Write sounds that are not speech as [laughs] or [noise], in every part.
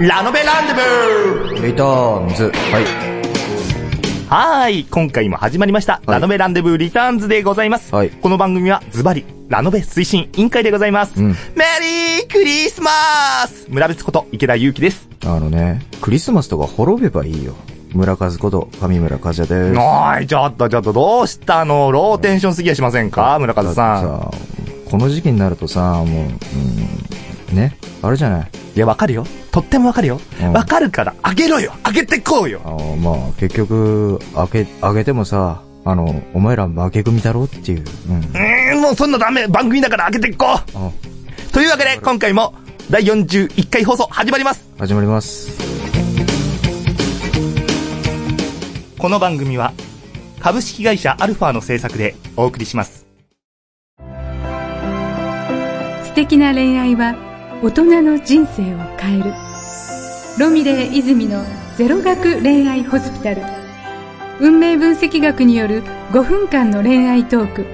ラノベランデブーリターンズ。はい。はーい、今回も始まりました、ラノベランデブーリターンズでございます。はいこの番組はズバリ、ラノベ推進委員会でございます。うんメリークリスマス村別こと池田祐希です。あのね、クリスマスとか滅べばいいよ。村和こと、上村和也です。おーい、ちょっとちょっと、どうしたのローテンションすぎやしませんか村和さん。だってさこの時期になるとさ、もう、うん、ね、あれじゃない。いや、わかるよ。とってもわかるようん。わ、かるから、あげろよあげてこうよあのまあ、結局、開け、開けてもさ、あの、お前ら負け組だろっていう。うん。うーん、もうそんなダメ番組だからあげてこうあというわけで、今回も、第41回放送始まります始まります。この番組は、株式会社アルファの制作でお送りします。素敵な恋愛は大人の人生を変えるロミレー泉のゼロ学恋愛ホスピタル運命分析学による5分間の恋愛トーク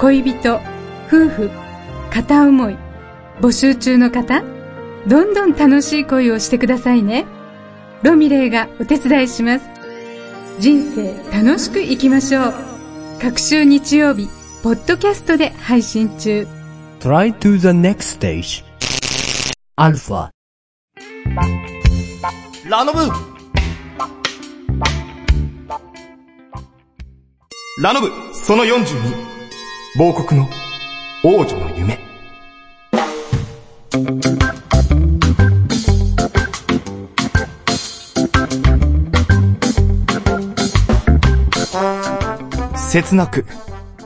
恋人夫婦片思い募集中の方どんどん楽しい恋をしてくださいねロミレーがお手伝いします人生楽しく生きましょう各週日曜日ポッドキャストで配信中 Try to the next stage. Alpha. ラノブラノブ、その42、亡国の王女の夢。切なく、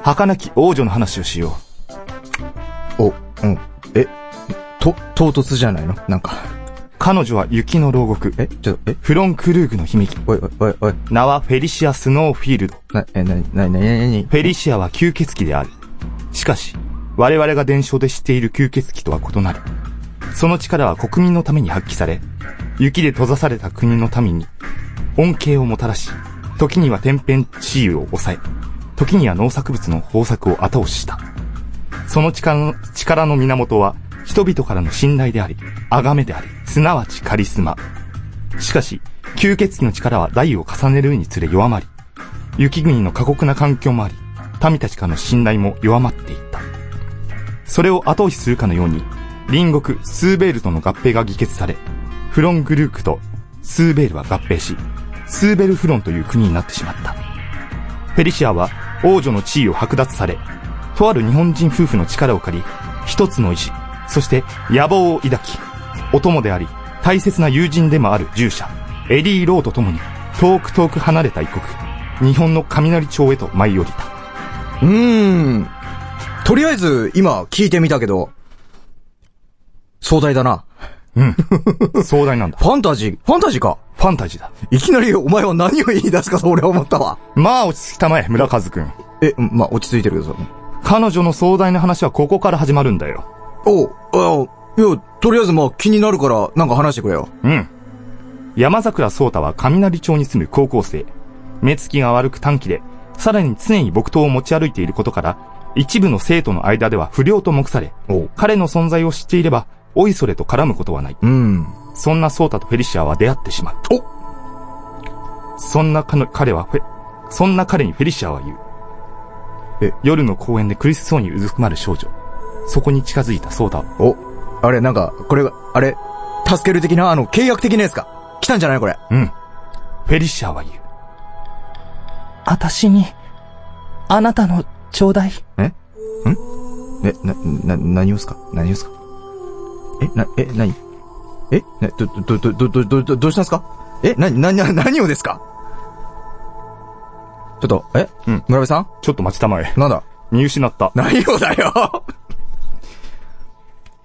儚き王女の話をしよお、うん。え、と、唐突じゃないのなんか。う。彼女は雪の牢獄、え、ちょっと、え、フロンクルーグの姫君。おいおいおいおい。名はフェリシア・スノーフィールド。な、え、なに、なに、なに、なに、フェリシアは吸血鬼である。しかし、我々が伝承で知っている吸血鬼とは異なる。その力は国民のために発揮され、雪で閉ざされた国の民に、恩恵をもたらし、時には天変地異を抑え、時には農作物の豊作を後押しした。その力の力の源は、人々からの信頼であり、崇めであり、すなわちカリスマ。しかし、吸血鬼の力は代を重ねるにつれ弱まり、雪国の過酷な環境もあり、民たちからの信頼も弱まっていった。それを後押しするかのように、隣国スーベールとの合併が議決され、フロングルークとスーベールは合併し、スーベルフロンという国になってしまった。フェリシアは王女の地位を剥奪され、とある日本人夫婦の力を借り、一つの意志、そして野望を抱き、お供であり、大切な友人でもある従者、エリー・ローと共に、遠く遠く離れた異国、日本の雷町へと舞い降りた。うーん。とりあえず、今、聞いてみたけど、壮大だな。うん。壮大なんだ。ファンタジー、ファンタジーか。ファンタジーだ。いきなりお前は何を言い出すかと俺は思ったわ。まあ落ち着きたまえ、村和くん。え、うんまあ、落ち着いてるけどさ。彼女の壮大な話はここから始まるんだよ。おう、あいや、とりあえずまあ気になるから、なんか話してくれよ。うん。山桜聡太は雷町に住む高校生。目つきが悪く短気で、さらに常に木刀を持ち歩いていることから、一部の生徒の間では不良と目され、おう。彼の存在を知っていれば、おいそれと絡むことはない。うん。そんなソータとフェリシアは出会ってしまう。そんな彼の彼はフェ、そんな彼にフェリシアは言う。え夜の公園で苦しそうにうずくまる少女。そこに近づいたソータは。お、お、あれ、なんか、これが、あれ、助ける的な、あの、契約的なやつか。来たんじゃないこれ。うん。フェリシアは言う。私に、あなたの、ちょうだい。えんえ、な、な、何をすか何をすかえ、な、え、何え、な、ど、ど、ど、ど、ど、ど、ど、どうしたんすかえ、な、な、な、何をですかちょっと、えうん村部さんちょっと待ちたまえ。なんだ見失った。何をだよ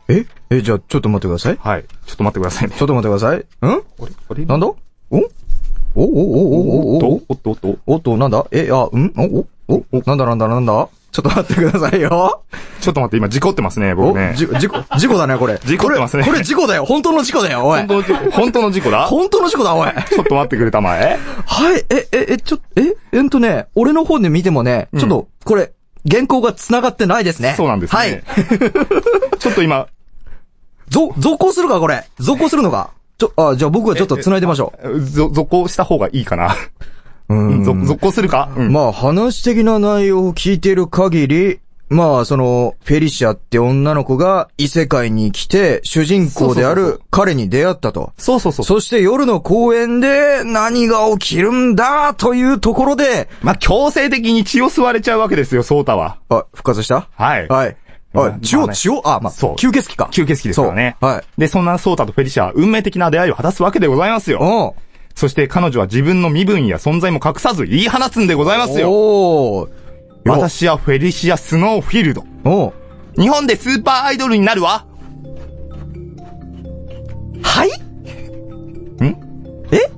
ええ、じゃあ、ちょっと待ってください。はい。ちょっと待ってくださいね。ちょっと待ってください。んあれあれなんだおおおおおおおおおっとおっとおっとおっと、なんだえ、あ、うんおおおなんだなんだなんだちょっと待ってくださいよ。ちょっと待って、今事故ってますね、お僕ね。じ事故、事故だね、これ。事故ってますねこれ、これ事故だよ。本当の事故だよ、おい本。当の事故、本当の事故だ本当の事故だ、おい。ちょっと待ってくれたまえ。はい、え、え、え、ちょ、え、えんとね、俺の方で見てもね、ちょっと、これ、原稿が繋がってないですね。そうなんですね。はい。。 [laughs] ちょっと今、ぞ、続行するか、これ。続行するのか。ちょ、あ、じゃあ僕はちょっと繋いでましょぞ、続行した方がいいかな。う。う。うんん、続続行するかうん。まあ話的な内容を聞いている限り、まあその、フェリシアって女の子が異世界に来て、主人公でそうそあうそうる彼に出会ったと。そうそうそう。そして夜の公園で何が起きるんだというところで、まあ、強制的に血を吸われちゃうわけですよ、ソータは。あ、復活したはい。はい。うあん、血まあを、ね血を、あ、まあ、そう吸血鬼か。吸血鬼ですからね。そうはい。で、そんなソータとフェリシアは運命的な出会いを果たすわけでございますよ。うん。そして彼女は自分の身分や存在も隠さず言い放つんでございますよ。おー。私はフェリシア・スノーフィールド。お日本でスーパーアイドルになるわはいんえ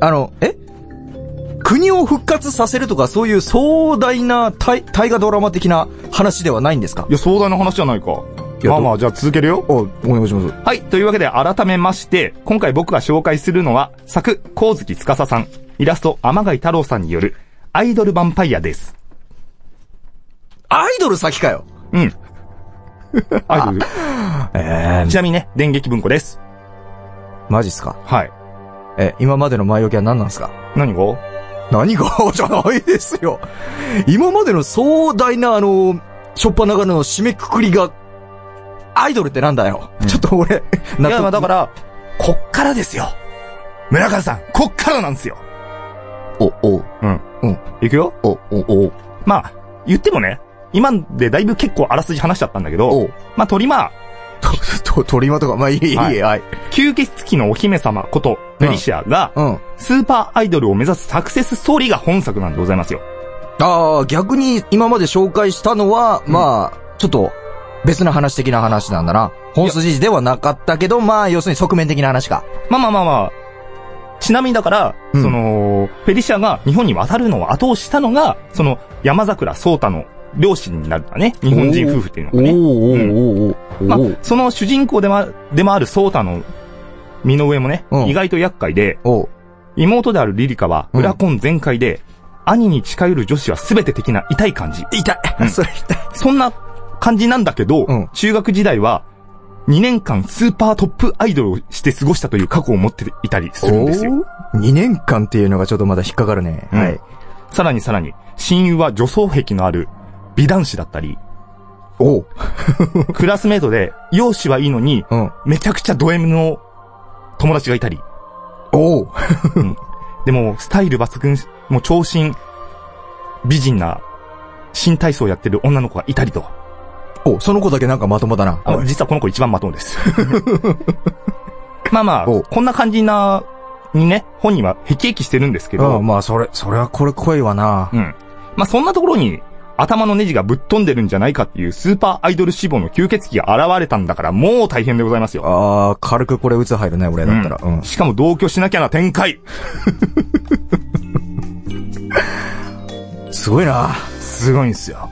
あの、え国を復活させるとか、そういう壮大な大大河ドラマ的な話ではないんですかいや、壮大な話じゃないか。いやまあまあ、じゃあ続けるよ。お願いします。はい。というわけで、改めまして、今回僕が紹介するのは、作、光月司さん、イラスト、天貝太郎さんによる、アイドルヴァンパイアです。アイドル先かようん。 [laughs] アイドル。ええちなみにね、電撃文庫です。マジっすかはい。え、今までの前置きは何なんですか何が何がじゃないですよ。今までの壮大な、あの、しょっぱながらの締めくくりが、アイドルってなんだよ。ちょっと俺、納、いや、まあだからら、こっからですよ。村上さん、こっからなんですよ。お、お、うん。うん、いくよお、お、まあ、言ってもね、今でだいぶ結構あらすじ話しちゃったんだけど、お、まあ、鳥まあ、と、 [laughs] と、鳥間とか、まあいい、いい、はいはい。吸血鬼のお姫様こと、フェリシアが、うん。スーパーアイドルを目指すサクセスストーリーが本作なんでございますよ。ああ、逆に今まで紹介したのは、まあ、ちょっと、別の話的な話なんだな。本筋ではなかったけど、まあ、要するに側面的な話か。まあまあまあまあ、ちなみにだから、うんその、フェリシアが日本に渡るのを後押ししたのが、その、山桜聡太の両親になるんだね。日本人夫婦っていうのがね。おーおおおまあ、その主人公でも、でもあるソータの身の上もね、うん意外と厄介で、おお妹であるリリカは、うん裏コン全開で、兄に近寄る女子は全て的な痛い感じ。痛うんい。 [laughs] それ痛い。そんな感じなんだけど、うん中学時代は、2年間スーパートップアイドルをして過ごしたという過去を持っていたりするんですよ。おー二年間っていうのがちょっとまだ引っかかるね。うんはい。さらにさらに、親友は女装癖のある美男子だったり、おうクラスメートで容姿はいいのに、うん。めちゃくちゃド M の友達がいたり、おうでも、スタイル抜群、もう長身、美人な、新体操やってる女の子がいたりと。おうその子だけなんかまともだな。あ実はこの子一番まともです。まあまあ、おこんな感じな、にね、本人はヘキヘキしてるんですけうど、ん、まあ、それ、それはこれ濃いわな。うん。まあそんなところに、頭のネジがぶっ飛んでるんじゃないかっていうスーパーアイドル志望の吸血鬼が現れたんだから、もう大変でございますよ。ああ、軽くこれ鬱入るね、俺だったら。うん。しかも同居しなきゃな展開すごいな。すごいんすよ。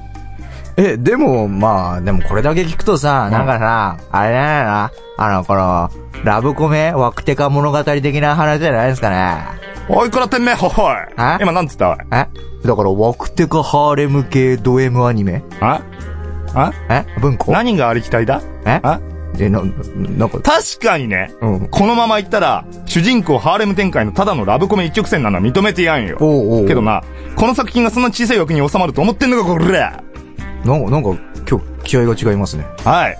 え、でも、まあ、でもこれだけ聞くとさ、なんかさ、あれだよな、あの、この、ラブコメワクテカ物語的な話じゃないですかね。おい、こらてめえ、ほほいあ今なんつったおいえだから、ワクテカハーレム系ド M アニメああえ文庫何がありきたりだえあえ、な、なんか、確かにね、うん。このままいったら、主人公ハーレム展開のただのラブコメ一直線なのは認めてやんよ。おうおうけどな、この作品がそんな小さい枠に収まると思ってんのか、これなんか、なんか、今日、気合が違いますね。はい。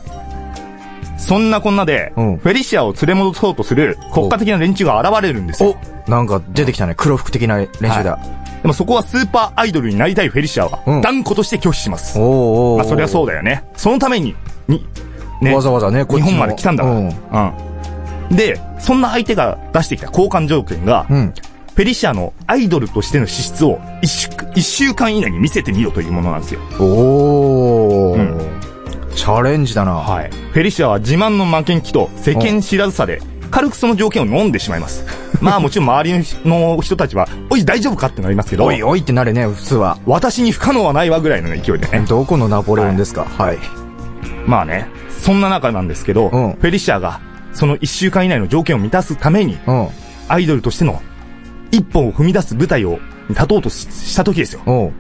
そんなこんなで、うんフェリシアを連れ戻そうとする国家的な連中が現れるんですよ。なんか、出てきたね。黒服的な練習だ。でもそこはスーパーアイドルになりたいフェリシアは、うん断固として拒否します。おうおうおうまあそりゃそうだよね。そのために、に、ねわ、ざわざね、こっ日ちも本まで来たんだから。うん。うん。で、そんな相手が出してきた交換条件が、うん。フェリシアのアイドルとしての資質を一週一週間以内に見せてみろというものなんですよ。おー、うんチャレンジだな。はい。フェリシアは自慢の負けん気と世間知らずさで、軽くその条件を飲んでしまい [laughs] ます。まあもちろん周りの人の人たちは、おい大丈夫かってなりますけど、おいおいってなるね、普通は。私に不可能はないわぐらいの勢いでね。どこのナポレオンですかはい。まあね、そんな中なんですけど、うんフェリシアがその一週間以内の条件を満たすために、うん。アイドルとしての一歩を踏み出す舞台を立とうとしした時ですよ。おう。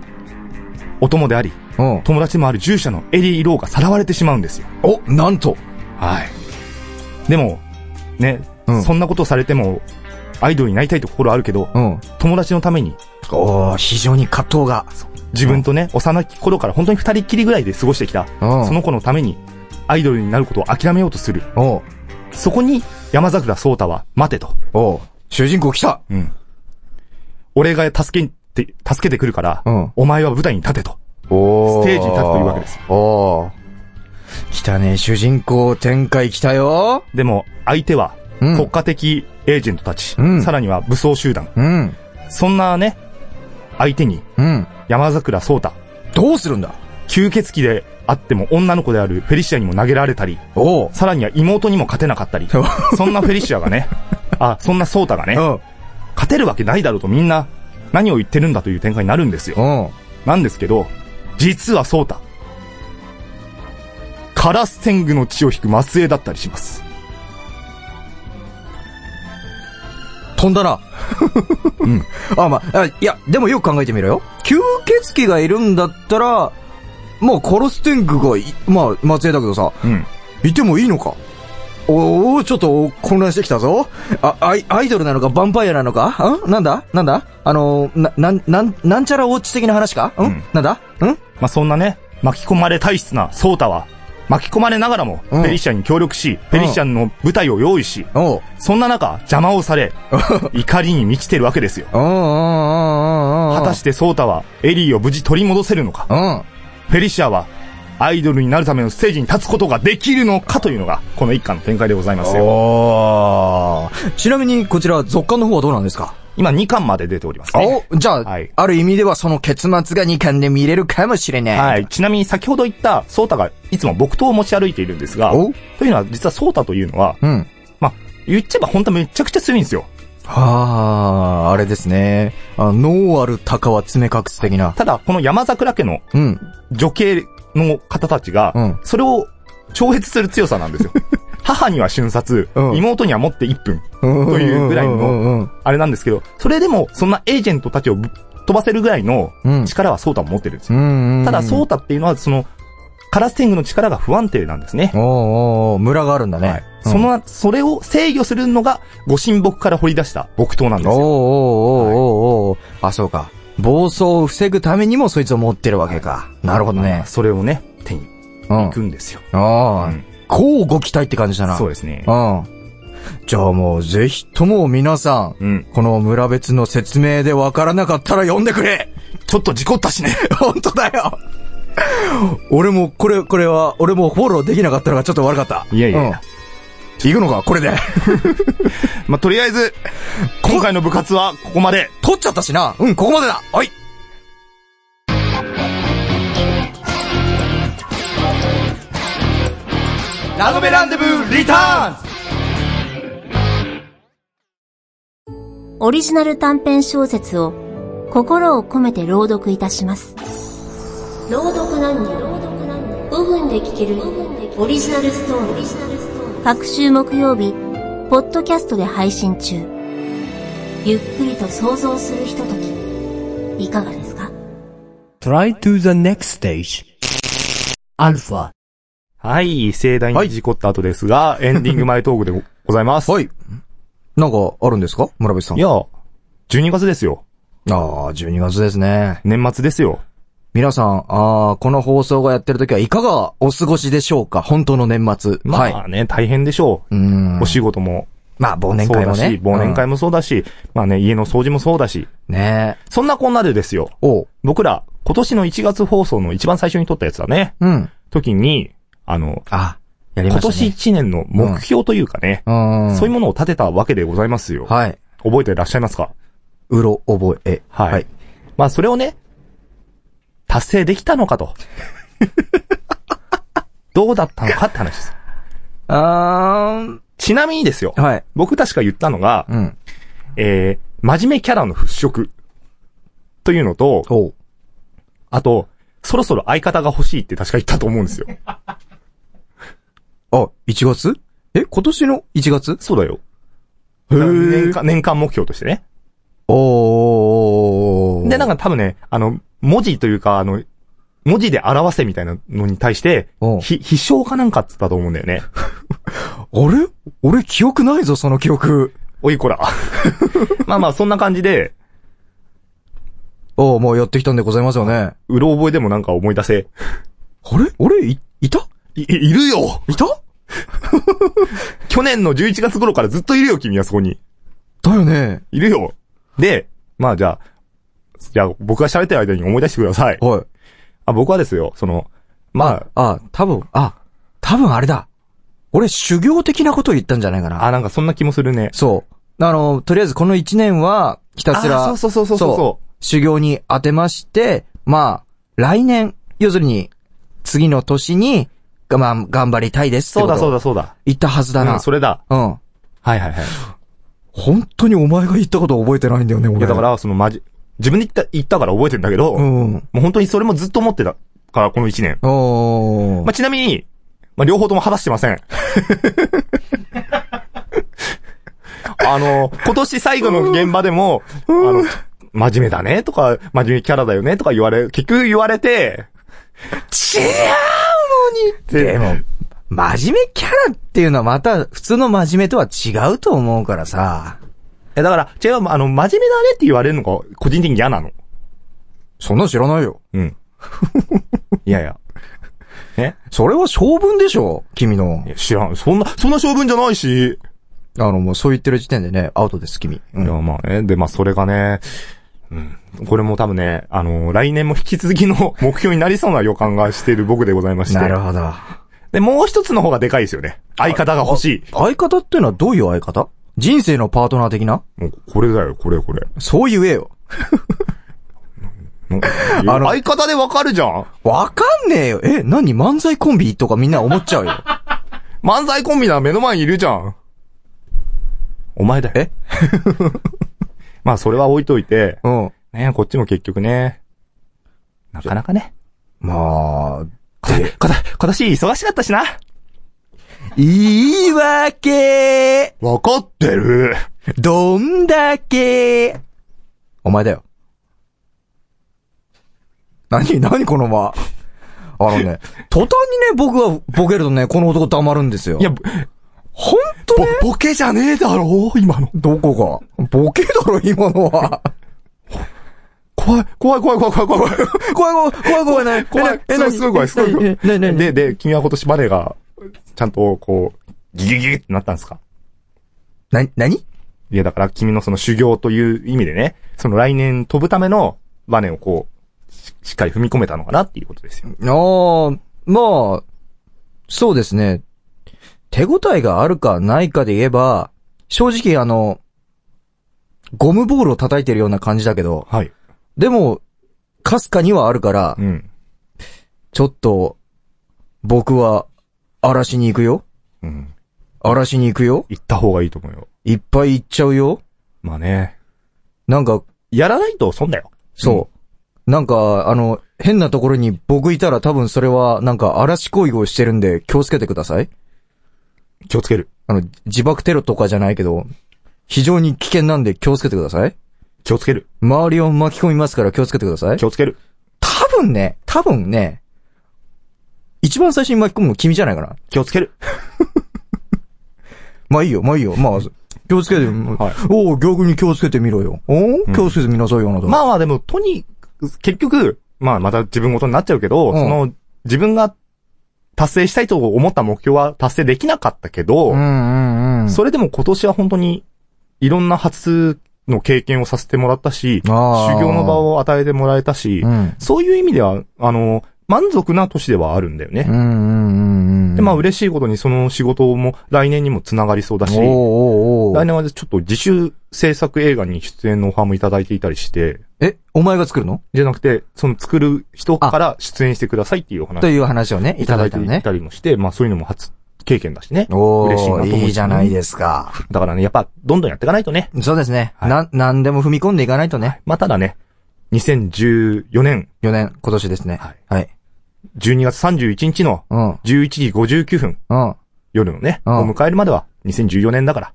お友であり、うん。友達でもある従者のエリー・ローがさらわれてしまうんですよ。お、なんと。はい。でも、ね、うんそんなことされても、アイドルになりたいと心あるけど、うん。友達のために、おー、非常に葛藤が。自分とね、幼き頃から本当に二人っきりぐらいで過ごしてきた、うんその子のために、アイドルになることを諦めようとする。おう、そこに、山桜聡太は、待てと。おう、主人公来たうん。俺が助けに、て、助けてくるから、うんお前は舞台に立てと。おステージに立つというわけです。おー。来たね、主人公展開来たよ。でも、相手は、うん国家的エージェントたち、うんさらには武装集団。うん、そんなね、相手に、うん。山桜聡太、どうするんだ吸血鬼であっても女の子であるフェリシアにも投げられたり、おう。さらには妹にも勝てなか [laughs] ったり、そんなフェリシアがね、あ、そんなソータがね、うん、勝てるわけないだろうとみんな何を言ってるんだという展開になるんですよ。うん。なんですけど、実はソータ、カラス天狗の血を引く末裔だったりします。飛ん [laughs] だな。うん。あ、まあ、あいや、でもよく考えてみろよ。吸血鬼がいるんだったら、まあ、カラステングがい、まあ、松江だけどさ、うん。いてもいいのかおー、ちょっと混乱してきたぞ。あ、アイアイドルなのか、ヴァンパイアなのかんなんだなんだあのー、な、なん、なん、なんちゃらウォッチ的な話かん、うんなんだんまあ、そんなね、巻き込まれ体質なソータは、巻き込まれながらも、フうんェリシアに協力し、フェリシアの舞台を用意し、おう。そんな中、邪魔をされ、怒りに満ちてるわけですよ。うん、うん、うん、うん。果たて。してソータは、エリーを無事取り戻せるのかうん。フェリシアは、アイドルになるためのステージに立つことができるのかというのが、この一巻の展開でございますよ。おー。ちなみに、こちら、続巻の方はどうなんですか今2巻まで出ておりますね。お、じゃあ、はいある意味ではその結末が2巻で見れるかもしれない。はい。ちなみに先ほど言った、ソータがいつも木刀を持ち歩いているんですが、おというのは実はソータというのは、うん。まあ、言っちゃえば本当はめちゃくちゃ強いんですよ。はあ、あれですね。あ脳ある鷹は爪隠す的な。ただ、この山桜家のうん。女系の方たちが、うんそれを超越する強さなん [laughs] ですよ。母には瞬殺、うん妹には持って1分、とというぐらいのうんうんうんあれなんですけど、それでも、そんなエージェントたちをぶっ飛ばせるぐらいのうん力はソータも持ってるんですうよ。んうん。ただ、ソータっていうのは、その、カラステングの力が不安定なんですね。おうおうおう村があるんだね。はいそうん、の、それを制御するのが、ご神木から掘り出した木刀なんですおうよ。おうおうおうおうあ、そうか。暴走を防ぐためにもそいつを持ってるわけか。なるほどね。それをね、手にうん。行くんですよ。ああ、うんこうご期待って感じだな。そうでですね。うん。じゃあもう、ぜひとも皆さん、うん。この村別の説明でわからなかったら読んでくれ [laughs] ちょっと事故ったしね。本当だよ俺も、これ、これは、俺もフォローできなかったのがちょっと悪かった。いやいやいやうん行くのかこれで。 [laughs] [laughs] まあ、とりあえず、 [laughs] 今回の部活はここまで。取っちゃったしな。うん、ここまでだ。はい。ラノベランデブーリターンズオリジナル短編小説を心を込めて朗読いたします。朗読なんに5分で聞けるオリジナルストーリー。各週木曜日、ポッドキャストで配信中。ゆっくりと想像するひととき、いかがですか Try to the next stage. Alpha. はい、盛大はいに事故った後ですが、エンディング前トークでごございます。はい。なんか、あるんですか村別さん。いや、12月ですよ。ああ、12月ですね。年末ですよ。皆さん、ああ、この放送がやってる時はいかがお過ごしでしょうか本当の年末。まはあね、大変でしょい。うんう。お。仕事も。まあ、忘年会もそうだねし。忘年会もそうだし、まあね、家の掃除もそうだし。うんねえ。そんなこんなでですよ。おう。僕ら、今年の1月放送の一番最初に撮ったやつだね。うん。時に、あの、あ、やりま今した年ね。 1年の目標というかね、今うん。そういうものを立てたわけでございますよ。はい。覚えてらっしゃいますかうろ覚え。はい。まあ、それをね、達成できたのか [laughs] と。どうだったのかって話です。あーん。ちなみにですよ。はい。僕確か言ったのが、うん。えー、真面目キャラの払拭。というのと、おう。あと、そろそろ相方が欲しいって確か言ったと思うんですよ。あ、1月え、今年の1月そうだよ。へ年ー間、年間目標としてね。おー。で、なんか、か多分ね、あの、文字というか、あの、文字で表せみたいなのに対してうん、 [laughs] ひ、飛翔かなんかっつったと思うんだよね。れ俺記憶ないぞ、その記憶。おいこ [laughs] ら。まあまあ、そんな感じで、おう、もうやってきたんでございますよね。あうろ覚えでもなんか思い出せ。れ俺、い、いたい、いいるよいた [laughs] 去年の11月頃からずっといるよ、君はそこに。だよね。いるよ。で、まあじゃあ、じゃあ僕が喋ってる間に思い出してください。はい。あ、僕はですよ、その、まあ、多分、あ、多分あれだ。俺、修行的なことを言ったんじゃないかあ、な。あ、なんかそんな気もするね。そう。あの、とりあえずこの一年は、ひたすら、あそうそうそうそうそうそ修行に当てまして、まあ、来年、要するに、次の年に、がまあ、頑張りたいですってそうことだそうだ。だそうだ。言ったはずだうな。ん、それだ。うん。はいはいはい。本当にお前が言ったこと覚えてないんだよね、俺。いやだか、ら、そのまじ、自分で言った、言ったから覚えてんだけど、うもん。う本当にそれもずっと思ってたから、この1年。おー。まあ、ちなみに、まあ、両方とも果たしてませ [laughs] ん。あの、今年最後の現場でも、あの、真面目だねとか、真面目キャラだよねとか言われ、結局言われて、違うのにでも、真面目キャラっていうのはまた普通の真面目とは違うと思うからさ。え、だから、違う、あの、真面目だねって言われるのが、個人的に嫌なの。そんなの知らないよ。うん。いやいや。ねそれは性分でしょ君のい。や知らん。そんな、そんな性分じゃないし。あの、もうそう言ってる時点でね、アウトです、君。ういん。や、まあね。で、まあ、それがね、うん。これも多分ね、あの来年も引き続きの [laughs] 目標になりそうな予感がしている僕でございまして。なるほど。で、もう一つの方がでかいですよね。相方が欲しい。相方っていうのはどういう相方人生のパートナー的なもう、これだよ、これ、これ。そう言えよ。 [laughs] あの、相方でわかるじゃん。わかんねえよ。え、何漫才コンビとかみんな思っちゃうよ。 [laughs] 漫才コンビなら目の前にいるじゃん。お前だよ。え [laughs] まあ、それは置いといて、うん。ねこっちも結局ね、なかなかね。まあ、かた、かた、今年忙しかったしな。言い訳わかってる。どんだけお前だよ。何何この間。あのね、 [laughs] 途端にね、僕がボケるとね、この男黙るんですよ。いや、、ほんとね、ぼ、ボケじゃねえだろ今の。どこが。ボケだろ、今のは。怖い、怖い、怖い、怖い、怖い、怖い。 [laughs] 怖い怖い、怖 [laughs] い、怖い、ね、 [laughs] 怖いえ、すごないすごい怖いすごい怖いね、ね、ね、ね、で、で、君は今年バレエが、ちゃんと、こう、ギギギギってなったんですかな、なにいや、だから君のその修行という意味でね、その来年飛ぶためのバネをこう、ししっかり踏み込めたのかなっていうことですよ。あー、まあ、そうですね。手応えがあるかないかで言えば、正直あの、ゴムボールを叩いてるような感じだけど、はい。でも、かすかにはあるからう、ん。ちょっと、僕は、荒らしに行くよ。うん。荒らしに行くよ。行った方がいいと思うよ。いっぱい行っちゃうよ。まあね。なんか、やらないと損だよ。そう。なんか、あの、変なところに僕いたら多分それは、なんか荒らし行為をしてるんで気をつけてください。気をつける。あの、自爆テロとかじゃないけど、非常に危険なんで気をつけてください。気をつける。周りを巻き込みますから気をつけてください気。をつける。多分ね、多分ね、一番最初に巻き込むの君じゃないかな。気をつける。まあいいよ、まあいいよ。まあ、気をつけて、はいおお、逆に気をつけてみろよ。おお、気をつけてみなさいよ、あなた。まあまあでも、とに、結局、まあまた自分ごとになっちゃうけど、うんその、自分が達成したいと思った目標は達成できなかったけど、うんうんうん。それでも今年は本当に、いろんな初の経験をさせてもらったし、修あー行の場を与えてもらえたし、うん。そういう意味では、あの、満足な年ではあるんだよね。うんうんうんうん。で、まあ嬉しいことにその仕事も来年にも繋がりそうだし、おーおーお来ー年はちょっと自主制作映画に出演のオファーもいただいていたりして、え、お前が作るのじゃなくて、その作る人から出演してくださいっていうお話という話をね、いいたただだいいたてのいね。たりもして、まあそういうのも初経験だしね。お嬉しいなとお思っていいじゃないですか。だからね、やっぱどんどんやっていかないとね。そうですね。はいな、なんでも踏み込んでいかないとね。まあただね、2014年4年、今年ですね。はい。はい。 12月31日のうん。うん。 11時59分夜のね、うんを迎えるまでは2014年だから、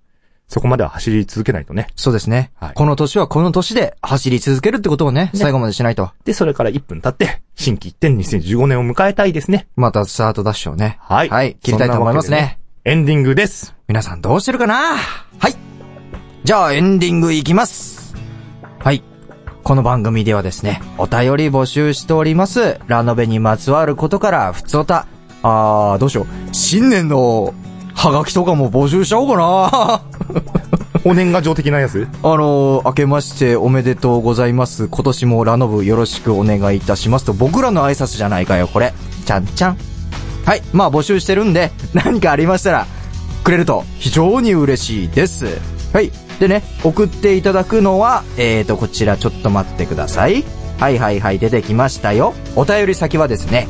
そこまでは走り続けないとね。そうですね。はいこの年はこの年で走り続けるってことをね、最後までしないと。で、それから1分経って、新規一点2015年を迎えたいですね。またスタートダッシュをね。はいはい。切りたいと思いますね。そんなわけでねエンディングです。皆さんどうしてるかなはい。じゃあエンディングいきます。はい。この番組ではですね、お便り募集しております。ラノベにまつわることから、ふつおた。あー、どうしよう。新年の、ハガキとかも募集しちゃおうかな [laughs] お年賀状的なやつあのー、明けましておめでとうございます。今年もラノブよろしくお願いいたしますと、僕らの挨拶じゃないかよ、これ。ちゃんちゃん。はい、まあ募集してるんで、 [laughs] 何かありましたら、くれると非常に嬉しいです。はい。でね、送っていただくのは、えーと、こちらちょっと待ってください。はいはいはい、出てきましたよ。お便り先はですね、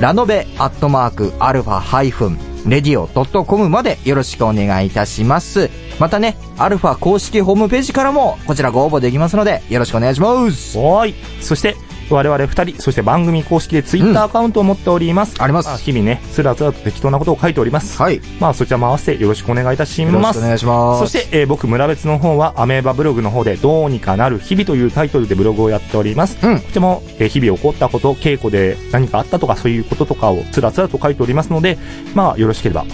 ラノベアットマークアルファハイフンレディオドットコムまでよろしくお願いいたします。またね、アルファ公式ホームページからもこちらご応募できますのでよろしくお願いします。はーい。そして、我々二人、そして番組公式でツイッターアカウントを持っております。ありますあ日々ね、スラスラと適当なことを書いております。はい。よまあ、そちらも合わせてよろしくお願いいたしろましくすお。願いします。そして、えー僕、村別の方は、アメーバブログの方で、どうにかなる日々というタイトルでブログをやっております。うんこちらも、えー日々起こったこと、稽古で何かあったとか、そういうこととかをつらつらと書いておりますので、まあ、よろしければ、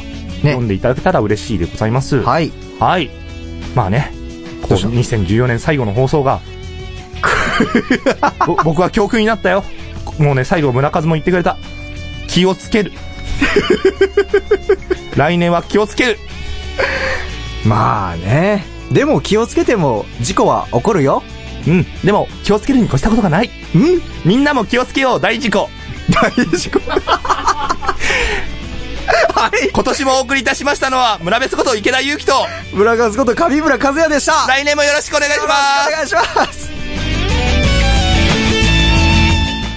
読んでいただけたら嬉しいでございます。い。はい。はい。まあね、こうどう2014年最後の放送が、 [laughs] ぼ僕は教訓になったよ。もうね、最後、村和も言ってくれた。気をつけ [laughs] る。来年は気をつける。まあね。でも気をつけても事故は起こるよ。うん。でも、気をつけるに越したことがない。うんみんなも気をつけよう、大事故。大事 [laughs] 故。はい。今年もお送りいたしましたのは、村別こと池田祐希と、村上こと上村和也でした。来年もよろしくお願いします。願いします